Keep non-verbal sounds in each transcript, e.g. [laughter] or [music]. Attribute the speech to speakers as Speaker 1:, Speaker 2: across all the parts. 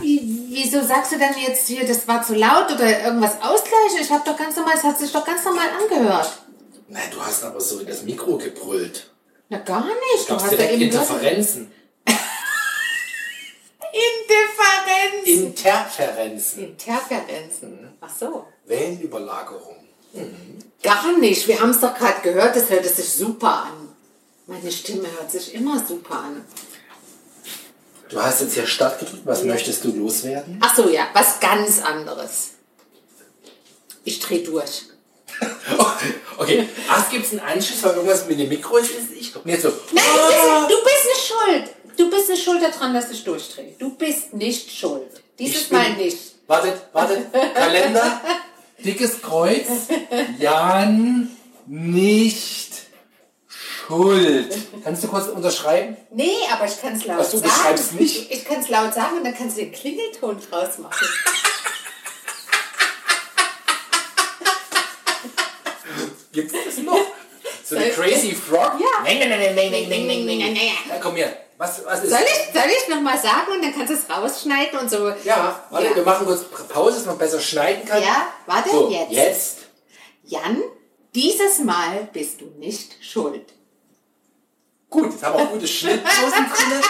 Speaker 1: wieso sagst du denn jetzt hier, das war zu laut oder irgendwas ausgleichen? Ich habe doch ganz normal, es hat sich doch ganz normal angehört.
Speaker 2: Nein, du hast aber so in das Mikro gebrüllt.
Speaker 1: Na gar nicht. Du
Speaker 2: Gab es
Speaker 1: hast doch
Speaker 2: direkt
Speaker 1: eben
Speaker 2: Interferenzen.
Speaker 1: Indifferenz.
Speaker 2: Interferenzen.
Speaker 1: Interferenzen. Ach so.
Speaker 2: Wellenüberlagerung.
Speaker 1: Gar nicht. Wir haben es doch gerade gehört, das hört sich super an. Meine Stimme hört sich immer super an.
Speaker 2: Du hast jetzt hier Start gedrückt. Was möchtest du loswerden?
Speaker 1: Ach so, ja, was ganz anderes. Ich dreh durch.
Speaker 2: [laughs] Okay. Ach, gibt's einen Anschluss, weil irgendwas mit dem Mikro ist? ist ich und jetzt so. "Ah,
Speaker 1: Nein, du bist, du bist nicht schuld. Du bist nicht schuld daran, dass ich durchdrehe. Du bist nicht schuld. Dieses
Speaker 2: Ich bin-
Speaker 1: Mal nicht.
Speaker 2: Wartet, [laughs] wartet. Kalender. Dickes Kreuz. Jan nicht schuld. Kannst du kurz unterschreiben?
Speaker 1: Nee, aber ich kann es laut
Speaker 2: Ach so, du
Speaker 1: sagen.
Speaker 2: schreibst nicht?
Speaker 1: Ich kann es laut sagen und dann kannst du den Klingelton draus
Speaker 2: [laughs]
Speaker 1: machen.
Speaker 2: Gibt's das noch? So eine
Speaker 1: Soll-
Speaker 2: Crazy Frog?
Speaker 1: Ja.
Speaker 2: Nein, nein, nein, nein, nein, nein, nein, nein, nein.
Speaker 1: Naja.
Speaker 2: Na, komm her. Was, was ist?
Speaker 1: Soll ich, soll ich nochmal sagen und dann kannst du es rausschneiden und so.
Speaker 2: Ja, warte,
Speaker 1: Ja.
Speaker 2: wir machen kurz Pause, dass man besser schneiden kann.
Speaker 1: Ja, warte
Speaker 2: so,
Speaker 1: jetzt.
Speaker 2: Jetzt.
Speaker 1: Jan, dieses Mal bist du nicht schuld.
Speaker 2: Gut, jetzt haben wir auch
Speaker 1: [laughs]
Speaker 2: gute Schnittdosen drin.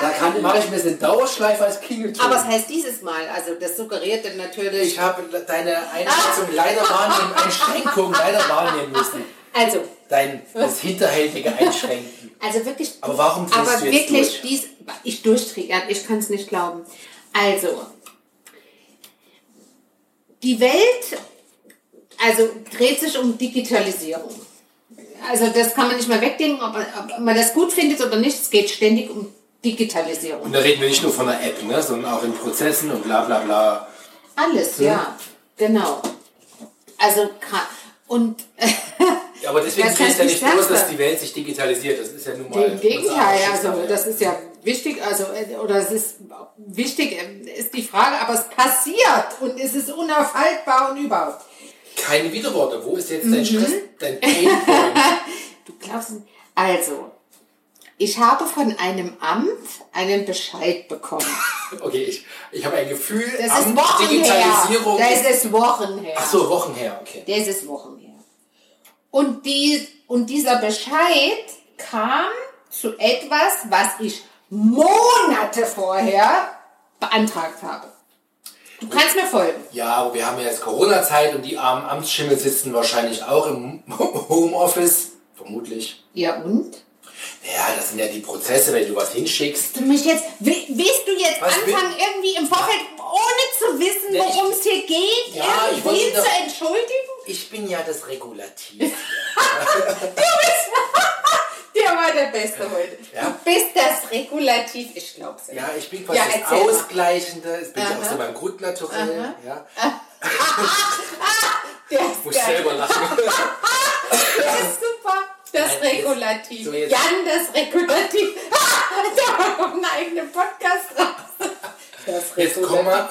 Speaker 2: Da kann, mache ich mir so eine Dauerschleife als Klingelton.
Speaker 1: Aber es heißt dieses Mal, also das suggeriert dann natürlich.
Speaker 2: ich habe deine Einschätzung leider wahrnehmen, Einschränkung leider wahrnehmen müssen.
Speaker 1: Also,
Speaker 2: Dein das hinterhältige Einschränken.
Speaker 1: also wirklich.
Speaker 2: Aber warum drehst
Speaker 1: Aber
Speaker 2: du jetzt
Speaker 1: wirklich,
Speaker 2: durch?
Speaker 1: dies, ich durchdrehe, Jan, ich kann es nicht glauben. Also, die Welt, also dreht sich um Digitalisierung. Also das kann man nicht mehr wegdenken, ob, ob man das gut findet oder nicht. Es geht ständig um Digitalisierung.
Speaker 2: Und da reden wir nicht nur von einer App, ne, sondern auch in Prozessen und bla bla bla. Hm?
Speaker 1: Alles, ja, genau. Also, gra- und
Speaker 2: Ja, Aber deswegen
Speaker 1: Das
Speaker 2: geht es
Speaker 1: heißt
Speaker 2: ja
Speaker 1: nicht
Speaker 2: nicht bloß,
Speaker 1: dafür.
Speaker 2: dass die Welt sich digitalisiert. Das ist ja nun mal.
Speaker 1: im Gegenteil,
Speaker 2: unser
Speaker 1: also das ist ja wichtig, also, äh, oder es ist wichtig, äh, ist die Frage, aber es passiert und es ist unaufhaltbar und überhaupt.
Speaker 2: Keine Widerworte. Wo ist
Speaker 1: Mhm.
Speaker 2: jetzt dein Stress, dein Painpoint?
Speaker 1: Du glaubst nicht. Also, ich habe von einem Amt einen Bescheid bekommen.
Speaker 2: Okay, ich, ich habe ein Gefühl,
Speaker 1: Das
Speaker 2: am
Speaker 1: ist Wochen
Speaker 2: Digitalisierung
Speaker 1: her.
Speaker 2: ist.
Speaker 1: Das ist Wochen her.
Speaker 2: Ach so, Wochen her, okay.
Speaker 1: Das ist Wochen her. Und, die, und dieser Bescheid kam zu etwas, was ich Monate vorher beantragt habe. Du kannst mir folgen.
Speaker 2: Ja, aber wir haben ja jetzt Corona-Zeit und die armen Amtsschimmel sitzen wahrscheinlich auch im [laughs] Homeoffice. Vermutlich.
Speaker 1: Ja, und?
Speaker 2: Ja, das sind ja die Prozesse, wenn du was hinschickst.
Speaker 1: Du mich jetzt, wi- willst du jetzt
Speaker 2: Was will-
Speaker 1: anfangen, irgendwie im Vorfeld, ohne zu wissen,
Speaker 2: Nee, ich-
Speaker 1: worum es hier geht,
Speaker 2: Ja, ich wollte
Speaker 1: irgendwie zu
Speaker 2: doch-
Speaker 1: entschuldigen?
Speaker 2: Ich bin ja das Regulativ.
Speaker 1: Der war der Beste heute.
Speaker 2: Ja.
Speaker 1: Du bist das Regulativ, ich glaub's. nicht.
Speaker 2: Ja, ich bin quasi
Speaker 1: Ja,
Speaker 2: das
Speaker 1: erzähl mal.
Speaker 2: Ausgleichende. Ich bin ja auch so beim Grundnaturell. Ja.
Speaker 1: [laughs] Ah, Der ist
Speaker 2: Muss ich
Speaker 1: der-
Speaker 2: selber
Speaker 1: [laughs]
Speaker 2: lachen.
Speaker 1: Das ist super. Das
Speaker 2: Nein, jetzt-
Speaker 1: Regulativ.
Speaker 2: so jetzt-
Speaker 1: Jan, das Regulativ. [laughs] da kommt ein eigener Podcast raus. Das
Speaker 2: Jetzt komm mal.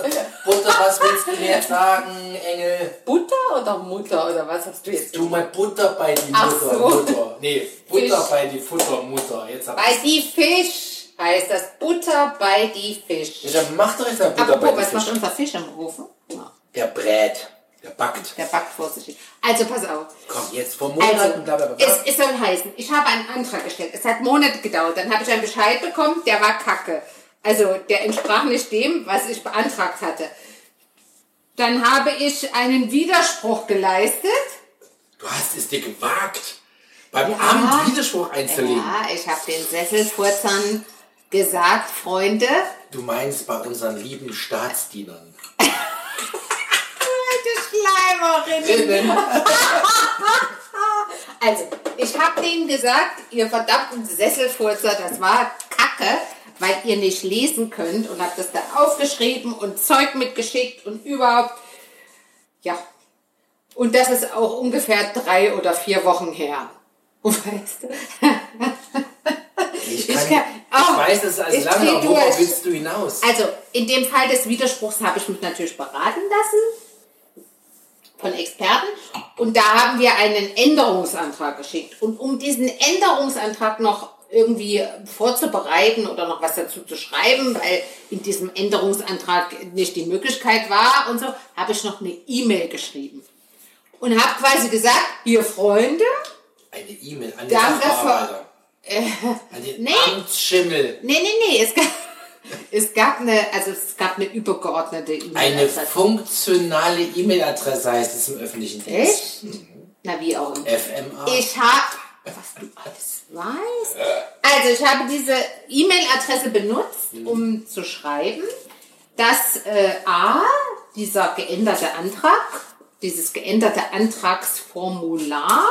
Speaker 2: Butter, was willst du mir jetzt sagen, Engel?
Speaker 1: Butter oder Mutter oder was hast du jetzt?
Speaker 2: Du mal Butter bei die
Speaker 1: Ach
Speaker 2: Mutter.
Speaker 1: so.
Speaker 2: Mutter. Nee, Butter
Speaker 1: Fisch.
Speaker 2: bei die Futtermutter. Jetzt hab
Speaker 1: Bei die Fisch heißt das Butter bei die Fisch.
Speaker 2: Ja, dann mach doch jetzt mal Butter
Speaker 1: Apropos,
Speaker 2: bei
Speaker 1: was
Speaker 2: die
Speaker 1: macht
Speaker 2: Fische.
Speaker 1: unser Fisch im Ofen? Ja,
Speaker 2: Der brät. Der backt.
Speaker 1: der backt vor sich hin. Also pass auf.
Speaker 2: Komm, jetzt vor Monaten,
Speaker 1: Also,
Speaker 2: bla bla bla.
Speaker 1: es, es soll heißen, ich habe einen Antrag gestellt. Es hat Monate gedauert. Dann habe ich einen Bescheid bekommen, der war kacke. Also, der entsprach nicht dem, was ich beantragt hatte. Dann habe ich einen Widerspruch geleistet.
Speaker 2: Du hast es dir gewagt, beim Amt Widerspruch einzulegen.
Speaker 1: Ja, ich habe den Sesselfurzern gesagt, Freunde,
Speaker 2: Du meinst bei unseren lieben Staatsdienern.
Speaker 1: alte
Speaker 2: Äh,
Speaker 1: Schleimerinnen. Also, ich habe denen gesagt, ihr verdammten Sesselfurzer, das war Kacke, weil ihr nicht lesen könnt und habt das da aufgeschrieben und Zeug mitgeschickt und überhaupt. Ja. Und das ist auch ungefähr drei oder vier Wochen her. [laughs] Und weißt du? Ich
Speaker 2: Ich, kann, ich,
Speaker 1: kann- Oh,
Speaker 2: weiß es als
Speaker 1: ich
Speaker 2: lange,
Speaker 1: dreh
Speaker 2: aber worauf
Speaker 1: durch.
Speaker 2: willst du hinaus?
Speaker 1: Also, in dem Fall des Widerspruchs habe ich mich natürlich beraten lassen von Experten. Und da haben wir einen Änderungsantrag geschickt. Und um diesen Änderungsantrag noch irgendwie vorzubereiten oder noch was dazu zu schreiben, weil in diesem Änderungsantrag nicht die Möglichkeit war und so, habe ich noch eine E-Mail geschrieben. Und habe quasi gesagt, ihr Freunde,
Speaker 2: Eine E-Mail an den
Speaker 1: Danke,
Speaker 2: Sachbearbeiter. An den
Speaker 1: Äh, nee.
Speaker 2: Amtsschimmel.
Speaker 1: nee, nee, nee, es gab, [laughs] es gab eine, also es gab eine übergeordnete E-Mail.
Speaker 2: Eine
Speaker 1: Also,
Speaker 2: funktionale E-Mail-Adresse heißt es im öffentlichen Dienst.
Speaker 1: Echt? Na, wie auch immer.
Speaker 2: FMA.
Speaker 1: Ich habe, was du alles weißt. Also ich habe diese E-Mail-Adresse benutzt,
Speaker 2: Mhm.
Speaker 1: um zu schreiben, dass äh, A, dieser geänderte Antrag, dieses geänderte Antragsformular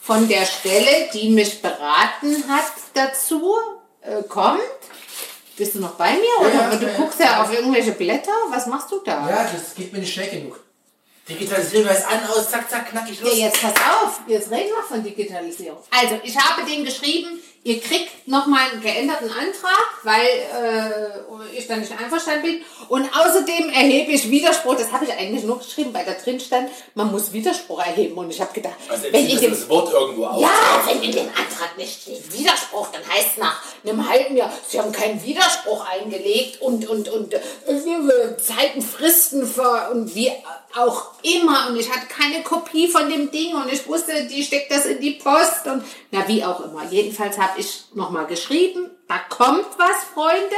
Speaker 1: von der Stelle, die mich beraten hat dazu, äh, kommt. Bist du noch bei mir? Oder
Speaker 2: Ja,
Speaker 1: du
Speaker 2: ja.
Speaker 1: guckst ja auf irgendwelche Blätter? Was machst du da?
Speaker 2: ja, das geht mir nicht schnell genug. Digitalisieren wir es an, aus, zack, zack, knackig
Speaker 1: Ja,
Speaker 2: los.
Speaker 1: jetzt pass auf, jetzt reden wir von Digitalisierung. Also, ich habe den geschrieben, ihr kriegt nochmal einen geänderten Antrag, weil äh, ich da nicht einverstanden bin. Und außerdem erhebe ich Widerspruch, das habe ich eigentlich nur geschrieben, weil da drin stand, man muss Widerspruch erheben. Und ich habe gedacht,
Speaker 2: Also
Speaker 1: wenn in
Speaker 2: empfiehlt
Speaker 1: dem,
Speaker 2: das Wort irgendwo auf.
Speaker 1: ja, Also, wenn in dem Antrag nicht steht Widerspruch, dann heißt es nach einem halben Jahr, sie haben keinen Widerspruch eingelegt und, und, und äh, Zeiten, Fristen ver- und wie auch immer. Und ich hatte keine Kopie von dem Ding und ich wusste, die steckt das in die Post und na, wie auch immer. Jedenfalls habe ich nochmal geschrieben, da kommt was, Freunde.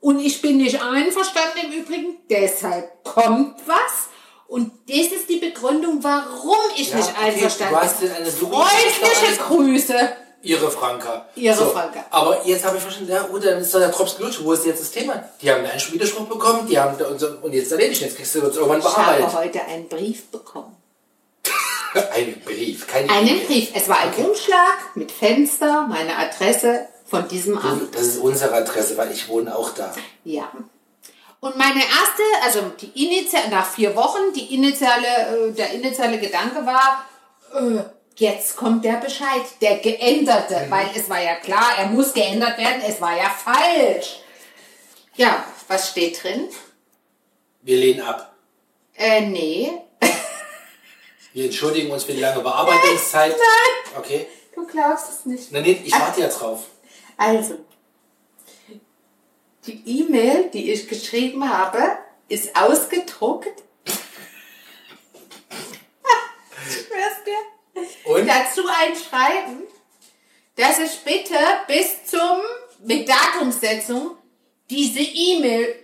Speaker 1: Und ich bin nicht einverstanden im Übrigen, deshalb kommt was. Und das ist die Begründung, warum ich
Speaker 2: Ja,
Speaker 1: nicht
Speaker 2: okay,
Speaker 1: einverstanden
Speaker 2: du
Speaker 1: bin.
Speaker 2: hast denn eine so
Speaker 1: Oh,
Speaker 2: gute
Speaker 1: Freundliche
Speaker 2: Liste
Speaker 1: Grüße.
Speaker 2: Ihre Franka.
Speaker 1: Ihre Franka.
Speaker 2: Aber jetzt habe ich verstanden, ja gut, dann ist doch der Drops gelutscht. Wo ist jetzt das Thema? Die haben einen Widerspruch bekommen, die haben da unser, und jetzt erledigt, jetzt kriegst du uns irgendwann
Speaker 1: Ich habe
Speaker 2: bearbeitet.
Speaker 1: heute einen Brief bekommen.
Speaker 2: Einen Brief, keine
Speaker 1: Einen
Speaker 2: E-Mail.
Speaker 1: Brief. Es war ein Umschlag mit Fenster, meine Adresse von diesem Amt.
Speaker 2: Das ist unsere Adresse, weil ich wohne auch da.
Speaker 1: Ja. Und meine erste, also die initiale, nach vier Wochen, die initiale, äh, der initiale Gedanke war, äh, jetzt kommt der Bescheid, der geänderte, weil es war ja klar, er muss geändert werden, es war ja falsch. Ja, was steht drin?
Speaker 2: Wir lehnen ab.
Speaker 1: Äh, nee,
Speaker 2: Wir entschuldigen uns für die lange Bearbeitungszeit. Nein. Okay.
Speaker 1: du glaubst es nicht.
Speaker 2: Nein, nee, ich warte ja drauf.
Speaker 1: Also, die E-Mail, die ich geschrieben habe, ist ausgedruckt. [laughs] ich schwör's dir.
Speaker 2: Und?
Speaker 1: Dazu ein Schreiben, dass ich bitte bis zum mit Datumsetzung diese E-Mail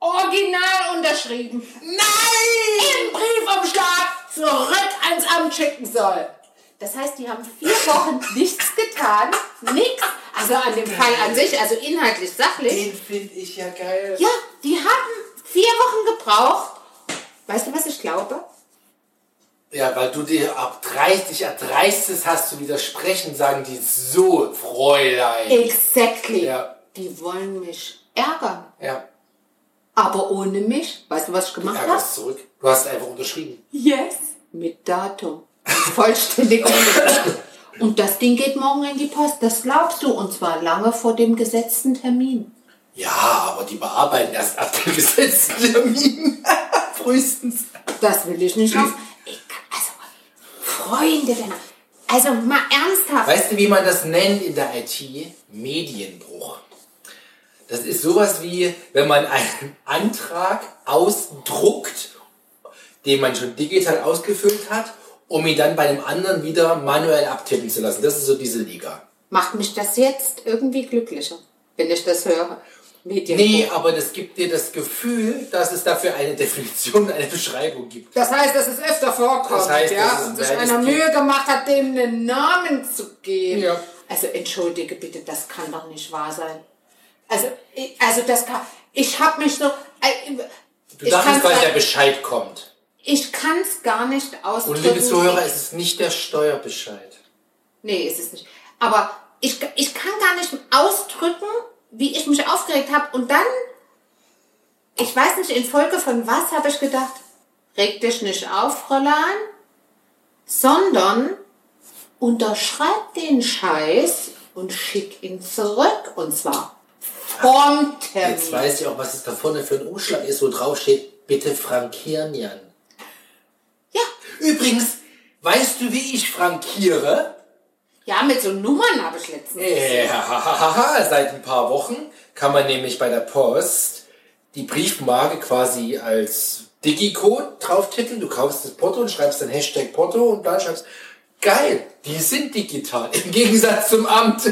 Speaker 1: original unterschrieben nein im Briefumschlag zurück ans Amt schicken soll. Das heißt, die haben vier Wochen nichts getan, nichts. Also an dem Fall an sich, also inhaltlich, sachlich.
Speaker 2: finde ich ja geil.
Speaker 1: Ja, die haben vier Wochen gebraucht. Weißt du, was ich glaube?
Speaker 2: Ja, weil du dir abdreist, dich erdreistest, hast zu widersprechen, sagen die so, Fräulein.
Speaker 1: Exactly.
Speaker 2: Ja.
Speaker 1: Die wollen mich ärgern.
Speaker 2: Ja.
Speaker 1: Aber ohne mich, weißt du, was ich gemacht
Speaker 2: Ja,
Speaker 1: habe?
Speaker 2: was zurück. Du hast einfach unterschrieben.
Speaker 1: Yes. Mit Datum. Vollständig. unterschrieben. Und das Ding geht morgen in die Post, das glaubst du, und zwar lange vor dem gesetzten Termin.
Speaker 2: Ja, aber die bearbeiten erst ab [laughs] dem gesetzten Termin. Frühestens.
Speaker 1: Das will ich nicht auf. Ich, also, Freunde, denn, also mal ernsthaft.
Speaker 2: Weißt du, wie man das nennt in der IT? Medienbruch. Das ist sowas wie, wenn man einen Antrag ausdruckt, den man schon digital ausgefüllt hat, um ihn dann bei dem anderen wieder manuell abtippen zu lassen. Das ist so diese Liga.
Speaker 1: Macht mich das jetzt irgendwie glücklicher, wenn ich das höre. Medien.
Speaker 2: Nee, aber das gibt dir das Gefühl, dass es dafür eine Definition, eine Beschreibung gibt.
Speaker 1: Das heißt, dass es öfter vorkommt,
Speaker 2: Das heißt, dass
Speaker 1: ja,
Speaker 2: es
Speaker 1: und
Speaker 2: ein
Speaker 1: sich
Speaker 2: weites
Speaker 1: einer
Speaker 2: Kind-
Speaker 1: Mühe gemacht hat, dem einen Namen zu geben.
Speaker 2: Ja.
Speaker 1: Also entschuldige bitte, das kann doch nicht wahr sein. Also, ich- also das kann, ich habe mich so,
Speaker 2: Du
Speaker 1: ich halt
Speaker 2: dachtest, weil der
Speaker 1: kann
Speaker 2: Bescheid kommt.
Speaker 1: ich kann's gar nicht
Speaker 2: Und
Speaker 1: ausdrücken.
Speaker 2: liebe Zuhörer, es ist nicht der Steuerbescheid.
Speaker 1: Nee, ist es nicht. Aber ich, ich kann gar nicht ausdrücken, wie ich mich aufgeregt habe. Und dann, ich weiß nicht, infolge von was habe ich gedacht, reg dich nicht auf, Fräulein, sondern unterschreib den Scheiß und schick ihn zurück. Und zwar vom
Speaker 2: Jetzt
Speaker 1: Termin.
Speaker 2: weiß ich auch, was es da vorne für ein Umschlag ist, wo drauf steht, bitte frankieren, Jan.
Speaker 1: Ja,
Speaker 2: Übrigens, weißt du, wie ich frankiere?
Speaker 1: Ja, mit so Nummern habe ich letztens.
Speaker 2: Ja, [laughs] seit ein paar Wochen kann man nämlich bei der Post die Briefmarke quasi als Digicode drauf titeln. Du kaufst das Porto und schreibst dann Hashtag Porto und dann schreibst, geil, die sind digital, im Gegensatz zum Amt.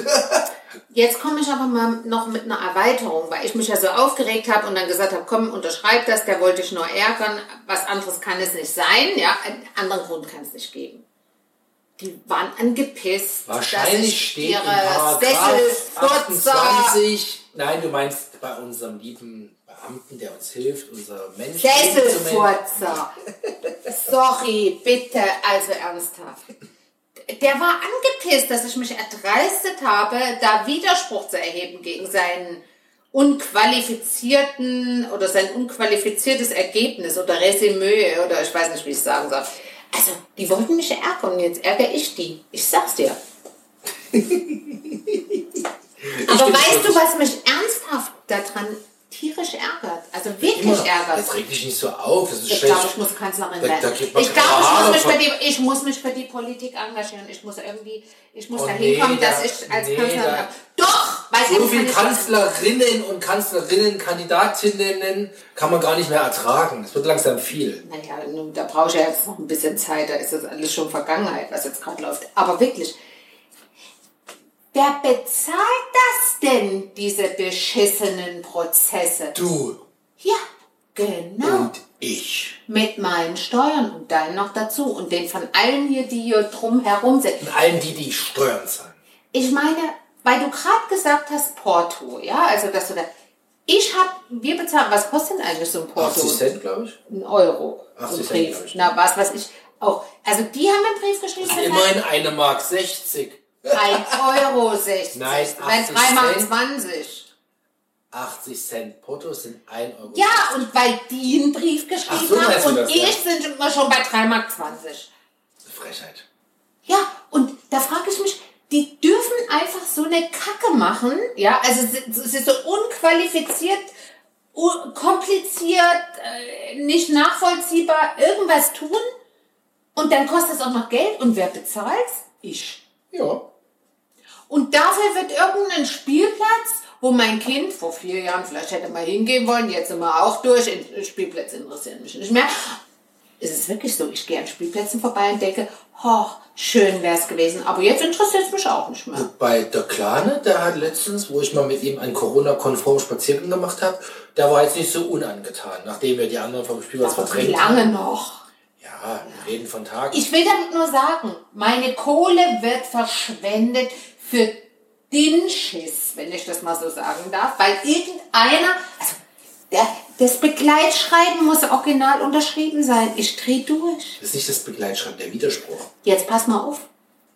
Speaker 1: Jetzt komme ich aber mal noch mit einer Erweiterung, weil ich mich ja so aufgeregt habe und dann gesagt habe, komm, unterschreib das, der wollte ich nur ärgern. Was anderes kann es nicht sein. Ja, einen anderen Grund kann es nicht geben. Die waren angepisst. dass ich
Speaker 2: Wahrscheinlich steht in
Speaker 1: ihre
Speaker 2: Paragraph
Speaker 1: Sesselfurzer
Speaker 2: 28, nein, du meinst bei unserem lieben Beamten, der uns hilft, unser Mensch.
Speaker 1: Sesselfurzer. Sorry, bitte, also ernsthaft. Der war angepisst, dass ich mich erdreistet habe, da Widerspruch zu erheben gegen seinen unqualifizierten oder sein unqualifiziertes Ergebnis oder Resümee oder ich weiß nicht, wie ich es sagen soll. Also, die wollten mich ärgern und jetzt ärgere ich die. Ich sag's dir. Aber
Speaker 2: bin
Speaker 1: weißt du,
Speaker 2: wirklich-
Speaker 1: was mich ernsthaft daran tierisch ärgert? Also wirklich
Speaker 2: Immer,
Speaker 1: ärgert.
Speaker 2: jetzt reg dich nicht so auf, das ist
Speaker 1: Ich
Speaker 2: schlecht.
Speaker 1: glaube, ich muss Kanzlerin
Speaker 2: Da-
Speaker 1: werden.
Speaker 2: da
Speaker 1: ich
Speaker 2: geht man
Speaker 1: glaube, ich
Speaker 2: gerade
Speaker 1: muss, mich
Speaker 2: von-
Speaker 1: für die, ich muss mich für die Politik engagieren. Ich muss irgendwie, ich muss
Speaker 2: Oh,
Speaker 1: dahin
Speaker 2: nee,
Speaker 1: kommen,
Speaker 2: da-
Speaker 1: dass ich als
Speaker 2: nee,
Speaker 1: Kanzlerin.
Speaker 2: da-
Speaker 1: Doch! Weil
Speaker 2: So
Speaker 1: sonst
Speaker 2: viele
Speaker 1: kann ich-
Speaker 2: Kanzlerinnen und Kanzlerinnen, Kandidatinnen kann man gar nicht mehr ertragen. Es wird langsam viel.
Speaker 1: Naja, nun, da brauche ich ja jetzt noch ein bisschen Zeit. Da ist das alles schon Vergangenheit, was jetzt gerade läuft. Aber wirklich. Wer bezahlt das denn, diese beschissenen Prozesse?
Speaker 2: Du
Speaker 1: Ja, genau.
Speaker 2: und ich.
Speaker 1: Mit meinen Steuern und deinen noch dazu. Und den von allen hier, die hier drumherum sind.
Speaker 2: Und allen, die die Steuern zahlen.
Speaker 1: Ich meine, weil du gerade gesagt hast Porto, ja, also dass du da. Ich habe, wir bezahlen, was kostet denn eigentlich so ein Porto?
Speaker 2: 80 Cent, glaube ich.
Speaker 1: Ein Euro.
Speaker 2: 80
Speaker 1: so ein
Speaker 2: Cent,
Speaker 1: Brief.
Speaker 2: glaub ich. ne?
Speaker 1: Na, was weiß ich. Auch. Also die haben einen Brief geschrieben, das heißt,
Speaker 2: Immerhin eine Mark 60.
Speaker 1: 1,60 Euro. 60.
Speaker 2: Nein, 80
Speaker 1: 3 mal
Speaker 2: Cent.
Speaker 1: 20.
Speaker 2: 80 Cent Porto sind 1 Euro.
Speaker 1: Ja, und weil die einen Brief geschrieben
Speaker 2: Ach so,
Speaker 1: haben
Speaker 2: meinst du
Speaker 1: und
Speaker 2: das,
Speaker 1: ich
Speaker 2: ja.
Speaker 1: sind immer schon bei 3 Mark 20.
Speaker 2: Frechheit.
Speaker 1: Ja, und da frage ich mich, die dürfen einfach so eine Kacke machen. Ja, also es es ist so unqualifiziert, un- kompliziert, äh, nicht nachvollziehbar, irgendwas tun. Und dann kostet es auch noch Geld. Und wer bezahlt's? Ich.
Speaker 2: Ja.
Speaker 1: Und dafür wird irgendein Spielplatz, wo mein Kind vor vier Jahren vielleicht hätte mal hingehen wollen, jetzt sind wir auch durch, in- Spielplätze interessieren mich nicht mehr. Es ist wirklich so, ich gehe an Spielplätzen vorbei und denke, oh, schön wäre es gewesen, aber jetzt interessiert es mich auch nicht mehr.
Speaker 2: Bei der Kleine, der hat letztens, wo ich mal mit ihm einen Corona-konformen Spaziergang gemacht habe, der war jetzt nicht so unangetan, nachdem wir die anderen vom Spielplatz
Speaker 1: Aber wie
Speaker 2: verdrängt
Speaker 1: lange noch?
Speaker 2: Ja, wir reden von Tagen.
Speaker 1: Ich will damit nur sagen, meine Kohle wird verschwendet für den Schiss, wenn ich das mal so sagen darf, weil irgendeiner, also der, das Begleitschreiben muss original unterschrieben sein. Ich dreh durch.
Speaker 2: das ist nicht das Begleitschreiben, der Widerspruch.
Speaker 1: Jetzt pass mal auf.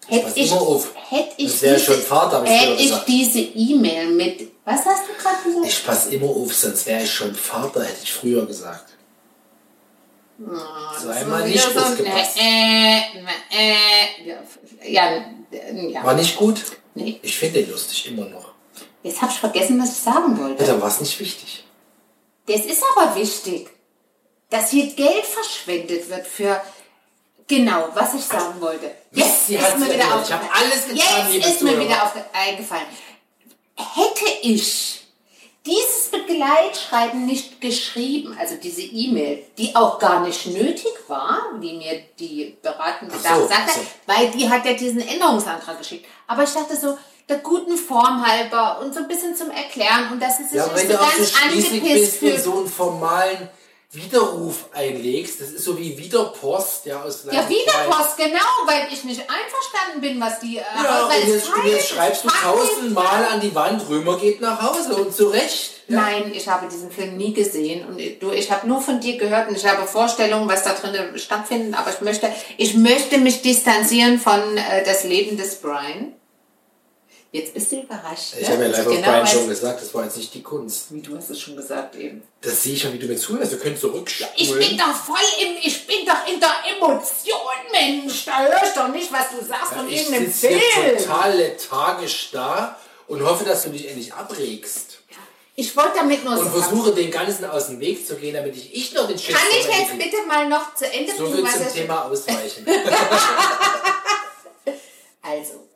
Speaker 1: Hätte
Speaker 2: pass
Speaker 1: ich,
Speaker 2: immer auf.
Speaker 1: hätte ich,
Speaker 2: Das wäre schon Vater, hab ich
Speaker 1: hätte
Speaker 2: früher
Speaker 1: ich
Speaker 2: gesagt.
Speaker 1: diese E-Mail mit, was hast du gerade gesagt?
Speaker 2: Ich passe immer auf, sonst wäre ich schon Vater, hätte ich früher gesagt. so einmal
Speaker 1: Ah, Wieder
Speaker 2: nicht
Speaker 1: so ein-
Speaker 2: aufgepasst.
Speaker 1: äh, äh, äh, ja, ja, ja.
Speaker 2: War nicht gut?
Speaker 1: Nee.
Speaker 2: Ich finde den lustig, immer noch.
Speaker 1: Jetzt habe ich vergessen, was ich sagen
Speaker 2: Ja,
Speaker 1: wollte.
Speaker 2: dann war es nicht wichtig.
Speaker 1: Das ist aber wichtig, dass hier Geld verschwendet wird für genau, was ich sagen wollte. Jetzt
Speaker 2: sie
Speaker 1: ist
Speaker 2: hat's
Speaker 1: mir wieder
Speaker 2: erinnert.
Speaker 1: aufgefallen.
Speaker 2: Ich hab alles getan,
Speaker 1: Jetzt
Speaker 2: liebe
Speaker 1: ist mir
Speaker 2: Zuhörer.
Speaker 1: wieder aufge- eingefallen. Hätte ich dieses Begleitschreiben nicht geschrieben, also diese E-Mail, die auch gar nicht nötig war, wie mir die beratende
Speaker 2: Ach so,
Speaker 1: Dame sagte,
Speaker 2: ach so.
Speaker 1: weil die hat ja diesen Änderungsantrag geschickt. Aber ich dachte so, der guten Form halber und so ein bisschen zum Erklären und das ist
Speaker 2: Ja,
Speaker 1: nicht
Speaker 2: wenn
Speaker 1: so
Speaker 2: du auch so
Speaker 1: ganz
Speaker 2: spießig
Speaker 1: angepisst
Speaker 2: bist und
Speaker 1: fühlst.
Speaker 2: so einen formalen Widerruf einlegst, das ist so wie Widerpost, ja, aus
Speaker 1: Ja,
Speaker 2: Leipzig.
Speaker 1: Wiederpost, genau, weil ich nicht einverstanden bin, was die. Äh,
Speaker 2: Ja,
Speaker 1: weil
Speaker 2: und
Speaker 1: es
Speaker 2: jetzt, und
Speaker 1: falsch
Speaker 2: jetzt schreibst du
Speaker 1: ist.
Speaker 2: tausendmal an die Wand, Römer geht nach Hause und zu Recht.
Speaker 1: Nein, ich habe diesen Film nie gesehen und ich- du, ich habe nur von dir gehört und ich habe Vorstellungen, was da drin stattfindet, aber ich möchte, ich möchte mich distanzieren von äh, das Leben des Brian. Jetzt bist du überrascht.
Speaker 2: Ich
Speaker 1: ne?
Speaker 2: habe ja
Speaker 1: Dass
Speaker 2: leider
Speaker 1: ich
Speaker 2: genau Brian
Speaker 1: weiß-
Speaker 2: schon gesagt, das war jetzt nicht die Kunst.
Speaker 1: Wie du hast es schon gesagt eben.
Speaker 2: Das sehe ich schon, wie du mir zuhörst. Du könntest zurückspulen.
Speaker 1: Ich bin doch voll im, ich bin doch in der Emotion, Mensch. Da hörst du doch nicht, was du sagst von
Speaker 2: ich
Speaker 1: irgendeinem
Speaker 2: sitze hier
Speaker 1: Film.
Speaker 2: total lethargisch da und hoffe, dass du dich endlich abregst.
Speaker 1: Ich wollte damit nur
Speaker 2: Und versuche, den Ganzen aus dem Weg zu gehen, damit ich, ich noch den Schiss
Speaker 1: Kann ich jetzt
Speaker 2: vermeide.
Speaker 1: bitte mal noch zu Ende
Speaker 2: So
Speaker 1: bringen,
Speaker 2: viel
Speaker 1: was
Speaker 2: zum
Speaker 1: das
Speaker 2: Thema Ausweichen.
Speaker 1: Also,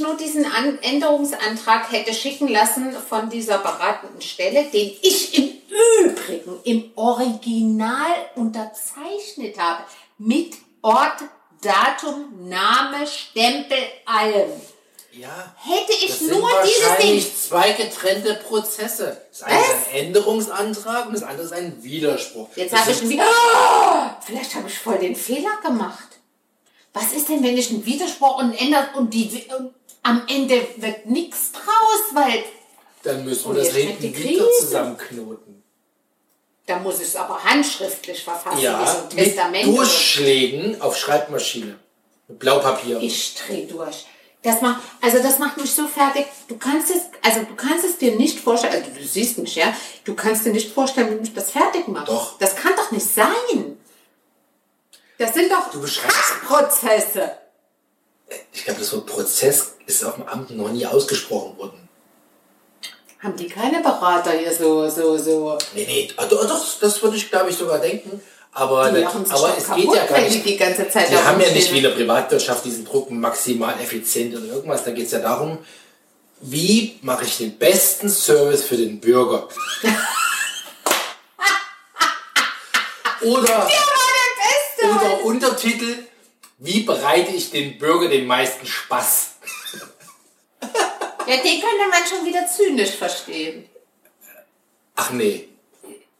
Speaker 1: nur diesen An Änderungsantrag hätte schicken lassen von dieser beratenden Stelle, den ich im Übrigen im Original unterzeichnet habe, mit Ort, Datum, Name, Stempel, allem.
Speaker 2: Ja.
Speaker 1: Hätte ich
Speaker 2: Das sind
Speaker 1: nur dieses Ding.
Speaker 2: wahrscheinlich zwei getrennte Prozesse. Das eine ist
Speaker 1: Was?
Speaker 2: ein Änderungsantrag und das andere ist ein Widerspruch.
Speaker 1: Jetzt
Speaker 2: Das
Speaker 1: habe ich
Speaker 2: sind-
Speaker 1: einen Widerspruch. Ah, vielleicht habe ich voll den Fehler gemacht. Was ist denn, wenn ich einen Widerspruch und ändert und die und am Ende wird nichts draus, weil
Speaker 2: Dann müssen
Speaker 1: Oh,
Speaker 2: wir das
Speaker 1: jetzt schmeckt
Speaker 2: hinten
Speaker 1: die
Speaker 2: wieder
Speaker 1: Krise.
Speaker 2: zusammenknoten.
Speaker 1: da muss ich es aber handschriftlich verfassen, wie so
Speaker 2: Ja,
Speaker 1: ein
Speaker 2: mit
Speaker 1: Testament. oder
Speaker 2: Durchschlägen auf Schreibmaschine. Mit Blaupapier.
Speaker 1: Ich dreh durch. Das macht, also das macht mich so fertig. Du kannst es, also du kannst es dir nicht vorstellen, also du siehst mich, ja, du kannst dir nicht vorstellen, wie mich das fertig macht.
Speaker 2: Doch.
Speaker 1: Das kann doch nicht sein. Das sind doch
Speaker 2: Du beschreibst-
Speaker 1: Prozesse.
Speaker 2: Ich glaube, das Wort Prozess ist auf dem Amt noch nie ausgesprochen worden.
Speaker 1: Haben die keine Berater hier so, so, so.
Speaker 2: Nee, nee, ah, doch, doch das würde ich, glaube ich, sogar denken. Aber,
Speaker 1: Die
Speaker 2: da-
Speaker 1: machen sich
Speaker 2: aber
Speaker 1: doch
Speaker 2: es
Speaker 1: kaputt,
Speaker 2: geht ja gar
Speaker 1: wenn
Speaker 2: nicht.
Speaker 1: Die, die ganze Zeit
Speaker 2: Wir
Speaker 1: da
Speaker 2: haben ja nicht wie
Speaker 1: rumstehen.
Speaker 2: in der Privatwirtschaft diesen Drucken maximal effizient oder irgendwas. Da geht es ja darum, wie mache ich den besten Service für
Speaker 1: [laughs]
Speaker 2: den Bürger? oder,
Speaker 1: Der war der Beste.
Speaker 2: oder Untertitel, wie bereite ich dem Bürger den meisten Spaß?
Speaker 1: Ja, den könnte man schon wieder zynisch verstehen.
Speaker 2: Ach nee,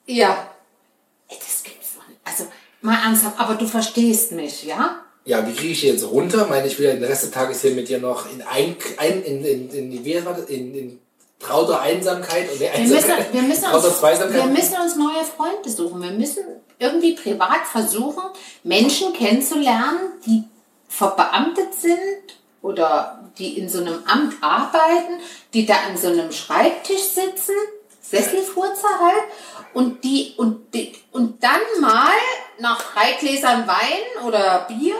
Speaker 1: Ja. Ey, das gibt's doch nicht. Also, mal ernsthaft, aber du verstehst mich, ja?
Speaker 2: ja, wie kriege ich die jetzt runter? Ich meine, ich will ja den Rest des Tages hier mit dir noch in, ein, ein, in, in, in, wie heißt man das? in, in trauter Einsamkeit und der
Speaker 1: Wir müssen, wir, müssen
Speaker 2: trauter
Speaker 1: uns,
Speaker 2: Zweisamkeit.
Speaker 1: wir müssen uns neue Freunde suchen. Wir müssen irgendwie privat versuchen, Menschen kennenzulernen, die verbeamtet sind oder die in so einem Amt arbeiten, die da an so einem Schreibtisch sitzen, Sesselfurzer halt, und, die, und, die, und dann mal nach drei Gläsern Wein oder Bier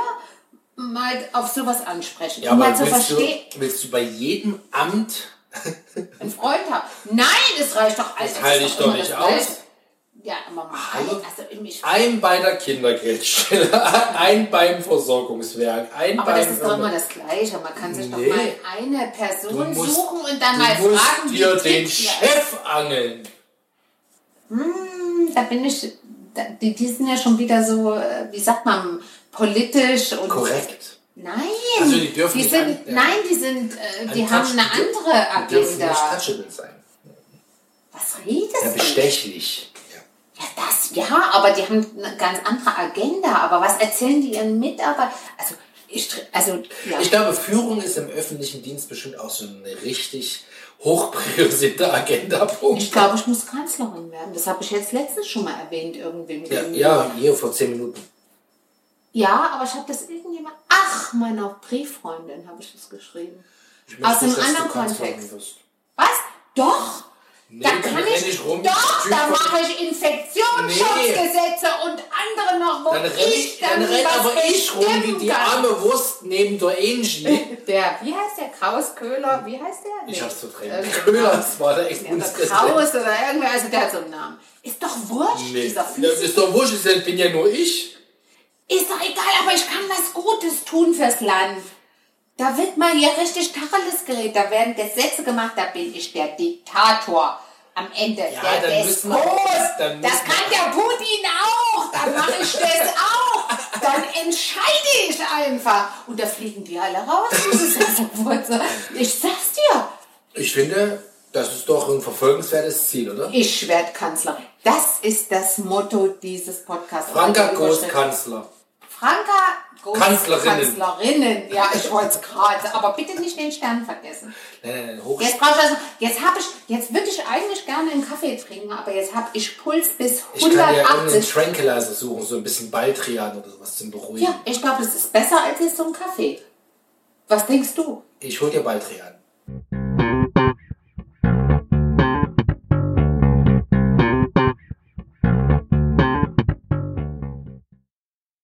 Speaker 1: mal auf sowas ansprechen.
Speaker 2: ja,
Speaker 1: um
Speaker 2: aber
Speaker 1: mal zu
Speaker 2: willst, du,
Speaker 1: verstehen,
Speaker 2: willst du bei jedem Amt
Speaker 1: einen Freund haben. Nein, das reicht doch alles.
Speaker 2: Das halte ich
Speaker 1: ist
Speaker 2: doch
Speaker 1: immer
Speaker 2: nicht
Speaker 1: das
Speaker 2: aus.
Speaker 1: Gleiche. Ja, aber mal
Speaker 2: Hallo?
Speaker 1: also in mich.
Speaker 2: Ein bei der Kindergeldstelle, [laughs] ein beim Versorgungswerk, ein
Speaker 1: Aber
Speaker 2: beim.
Speaker 1: das ist doch immer das Gleiche. Man kann sich
Speaker 2: Nee.
Speaker 1: doch mal eine Person
Speaker 2: Du musst-
Speaker 1: suchen und dann
Speaker 2: du
Speaker 1: mal
Speaker 2: musst
Speaker 1: fragen, wie
Speaker 2: dir den
Speaker 1: tickt ihr?
Speaker 2: Chef angeln.
Speaker 1: Da bin ich, da, die, die sind ja schon wieder so, äh, wie sagt man, politisch und.
Speaker 2: Korrekt.
Speaker 1: Nein.
Speaker 2: Also die dürfen nicht
Speaker 1: sind,
Speaker 2: an- ja.
Speaker 1: Nein, die sind, äh, die
Speaker 2: Ein
Speaker 1: haben
Speaker 2: Touch-
Speaker 1: eine andere
Speaker 2: Die dürfen nicht
Speaker 1: Agenda.
Speaker 2: touchable sein.
Speaker 1: Was redest
Speaker 2: Ja,
Speaker 1: du?
Speaker 2: bestechlich.
Speaker 1: Ja, das ja, aber die haben eine ganz andere Agenda. Aber was erzählen die ihren Mitarbeitern? Also, ich, tr- also, ja.
Speaker 2: Ich glaube, Führung ist im öffentlichen Dienst bestimmt auch so eine richtig hochpriorisierte Agenda-Punkt.
Speaker 1: Ich glaube, ich muss Kanzlerin werden. Das habe ich jetzt letztens schon mal erwähnt, irgendwem.
Speaker 2: Ja,
Speaker 1: gegenüber.
Speaker 2: ja, hier vor zehn Minuten.
Speaker 1: ja, aber ich habe das irgendjemand. Ach, meiner Brieffreundin habe ich das geschrieben.
Speaker 2: Ich
Speaker 1: Aus
Speaker 2: möchte nicht,
Speaker 1: einem
Speaker 2: dass du
Speaker 1: anderen
Speaker 2: Kanzlerin
Speaker 1: Kontext.
Speaker 2: wirst.
Speaker 1: Was? Doch!
Speaker 2: Nee,
Speaker 1: Da kann
Speaker 2: renn
Speaker 1: ich.
Speaker 2: nicht rum.
Speaker 1: Doch,
Speaker 2: Typ
Speaker 1: da
Speaker 2: von-
Speaker 1: mache ich Infektionsschutzgesetze und andere noch, wo
Speaker 2: Dann renn
Speaker 1: ich
Speaker 2: ich, dann
Speaker 1: dann
Speaker 2: renn
Speaker 1: was
Speaker 2: aber ich rum wie
Speaker 1: bestimmen
Speaker 2: die
Speaker 1: kann.
Speaker 2: arme Wurst neben der
Speaker 1: [laughs]
Speaker 2: Angie.
Speaker 1: Der, wie heißt der? Kraus, Köhler, wie heißt der? Nee.
Speaker 2: Ich
Speaker 1: Ähm,
Speaker 2: hab's verdrängt.
Speaker 1: Irgendwie
Speaker 2: Köhler, das war [laughs]
Speaker 1: genau. Ja,
Speaker 2: der
Speaker 1: oder
Speaker 2: Ex-Bundespräsident.
Speaker 1: Kraus oder irgendwer, also der hat so einen Namen. Ist doch wurscht,
Speaker 2: Nee.
Speaker 1: dieser
Speaker 2: Ja,
Speaker 1: Füße.
Speaker 2: ist doch wurscht, ich bin ja nur ich.
Speaker 1: Ist doch egal, aber ich kann was Gutes tun fürs Land. Da wird mal hier richtig Tacheles geredet, da werden Gesetze gemacht, da bin ich der Diktator. Am Ende,
Speaker 2: Ja,
Speaker 1: der,
Speaker 2: dann
Speaker 1: der ist
Speaker 2: müssen
Speaker 1: groß.
Speaker 2: wir- dann
Speaker 1: das
Speaker 2: müssen
Speaker 1: kann
Speaker 2: wir-
Speaker 1: der Putin auch. Dann mache ich das auch. Dann entscheide ich einfach. Und da fliegen die alle raus. dieses Sesselfurze. Ich sag's dir.
Speaker 2: Ich finde, das ist doch ein verfolgenswertes Ziel, oder?
Speaker 1: Ich werde Kanzler. Das ist das Motto dieses Podcasts.
Speaker 2: Franka
Speaker 1: Die
Speaker 2: Groß
Speaker 1: Überschrift.
Speaker 2: Kanzler.
Speaker 1: Franka Groß
Speaker 2: Kanzlerinnen.
Speaker 1: Kanzlerinnen. Ja, ich wollte es gerade. Aber bitte nicht den Stern vergessen.
Speaker 2: Nein, nein, nein, hoch.
Speaker 1: Jetzt brauche ich also, jetzt habe ich, jetzt würde ich eigentlich gerne einen Kaffee trinken, aber jetzt habe ich Puls bis
Speaker 2: Ich kann ja
Speaker 1: 180.
Speaker 2: irgendeinen Tranquilizer suchen, so ein bisschen Baldrian oder sowas zum Beruhigen.
Speaker 1: ja, ich glaube, das ist besser als jetzt so ein Kaffee. Was denkst du?
Speaker 2: Ich hol dir Baldrian.